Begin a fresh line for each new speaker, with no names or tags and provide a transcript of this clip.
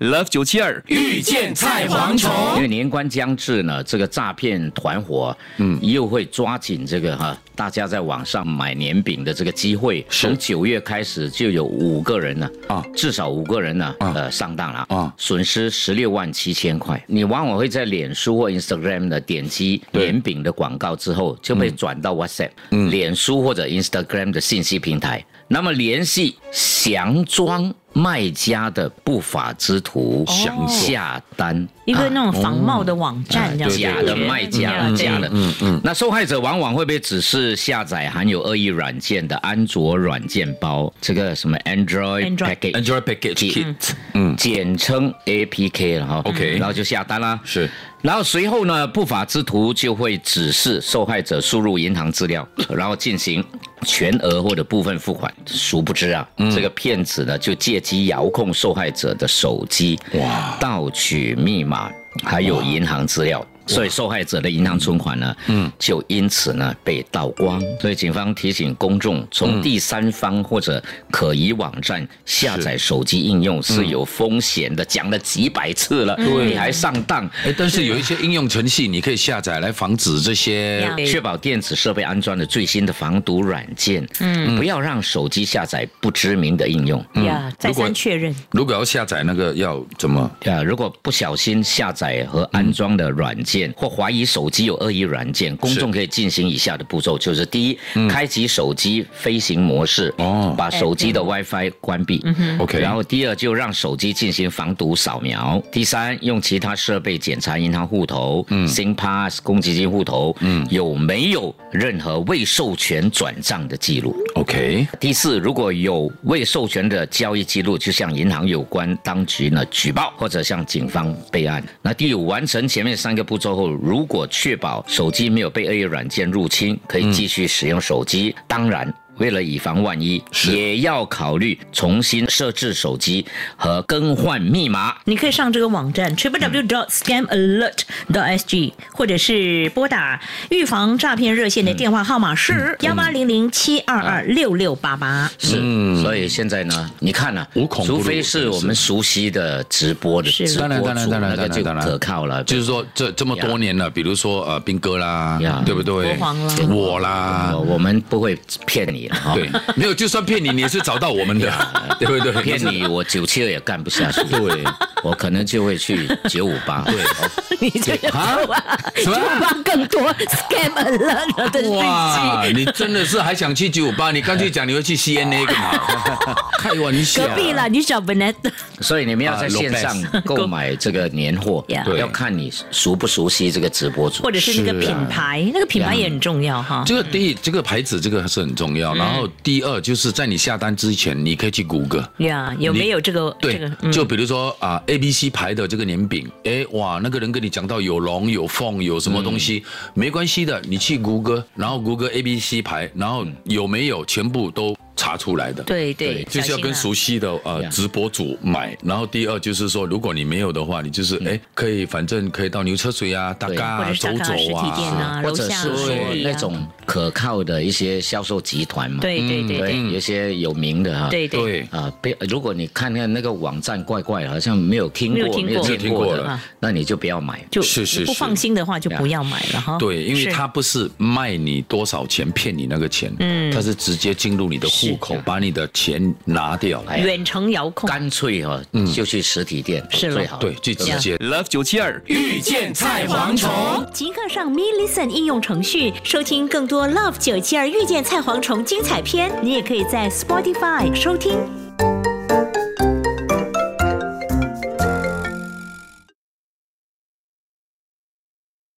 Love 九七二
遇见菜蝗虫。
因为年关将至呢，这个诈骗团伙，嗯，又会抓紧这个哈，大家在网上买年饼的这个机会。
是
从九月开始就有五个人呢，
啊
至少五个人呢，
啊
呃，上当了
啊
损失十六万七千块。你往往会在脸书或 Instagram 的点击
对
年饼的广告之后，就被转到 WhatsApp、脸书或者 Instagram 的信息平台。那么联系佯装卖家的不法之徒，
佯装
下单呃
一个那种仿冒的网
哎
站这样子，
假的卖家，
嗯
假的。。嗯嗯。那受害者往往会被指示下载含有恶意软件的安卓软件包，这个什么 Android
Android
Package，
Android Package Kit，嗯，
简称 APK 了哈。
OK
然后就下单啦。
是
然后随后呢，不法之徒就会指示受害者输入银行资 料，然后进行全额或者部分付款。殊不知啊，这个骗子呢就借机遥控受害者的手机，哇，盗取密码还有银行资料。所以受害者的银行存款呢，嗯，就因此呢被盗光。所以警方提醒公众，从第三方或者可疑网站下载手机应用是有风险的。讲了几百次了，你还上当，
哎，但是有一些应用程序你可以下载来防止这些
呀
确保电子设备安装了最新的防毒软件，嗯，不要让手机下载不知名的应用。
呀，
嗯
再
如果
三确认，
如果要下载那个要怎么？
啊，如果不小心下载和安装的软件，或怀疑手机有恶意软件，公众可以进行以下的步骤，就是第一，开启手机飞行模式，
哦
把手机的 WiFi 关闭。
OK
然后第二，就让手机进行防毒扫描。第三，用其他设备检查银行户头、嗯、SingPass 公积金户头，嗯，有没有任何未授权转账的记录。
OK，
第四，如果有未授权的交易记录，就向银行有关当局呢举报，或者向警方备案。那第五，完成前面三个步骤后，如果确保手机没有被恶意软件入侵，可以继续使用手机。当然。为了以防万一，也要考虑重新设置手机和更换密码。
你可以上这个网站 triple w dot scam alert dot s g，或者是拨打预防诈骗热线的电话号码
嗯
是幺八零零七二二六六八
啊
八。
是，所以现在呢，你看啊呢、
嗯无孔不入
除非是我们熟悉的直播的
是
直播
当然当然
主，
当然
那个就
当然当然
可靠了。
就是说这这么多年了，比如说呃，斌哥啦
呀，
对不对？
国皇啦
我啦
我，我们不会骗你的哈。
对，没有，就算骗你，你也是找到我们的， 对不对？
骗你，我九七二也干不下去。对，我可能就会去九五八。对，
你这个
啊？什么？
帮更多 scam alert 的
哇
日，
你真的是还想去九五八？你干脆讲你会去 CNA 干嘛？开玩
记，
笑，
隔壁啦，你找 Vanessa。
所以你们要在线上购买这个年货
Yeah，
对
要看你熟不熟悉这个直播主
或。者是那个
是
品
啊
牌，那个品牌也很重要哈。
这个第一，这个牌子这个是很重要。然后第二，就是在你下单之前，你可以去谷歌。
呀，有没有这个这
对
个？，嗯
就比如说啊，A、B、C 牌的这个年饼，哎哇，那个人跟你讲到有龙有凤有什么东西，
嗯
没关系的，你去谷歌，然后谷歌 A、B、C 牌，然后有没有全部都查出来的。
对对，
就是
小
要
心
跟
啊
熟悉的呃
呀
直播主买，然后第二就是说，如果你没有的话，你就是哎可以反正可以到牛车水啊、大
对
嘎
嗯或
啊
者是
走
打卡实
走
体店
啊，
啊，
或
楼
者
下
是
书
说
里啊
那种可靠的一些销售集团嘛，
对对
嗯
对对
对，有些有名的哈，
对对，
对，
啊，别如果你看看那个网站怪怪，好像没有听
没有
过、
听
没有
过
见
没有听
过
过
的
的，
那你就不要买。
就是
是
不
是
放心的话就不要买了哈。
对，因为
哦是
他不是卖你多少钱骗你那个钱，嗯，他是直接进入你的户口，把你的钱拿掉，
哎呀
远程遥控。
干脆哈、就去实体店
是咯
最好。
对，最直接。
Love 九七二遇见菜蝗虫。
即刻上 Me Listen 应用程序收听更多 Love 九七二遇见菜蝗虫精彩片，你也可以在 Spotify 收听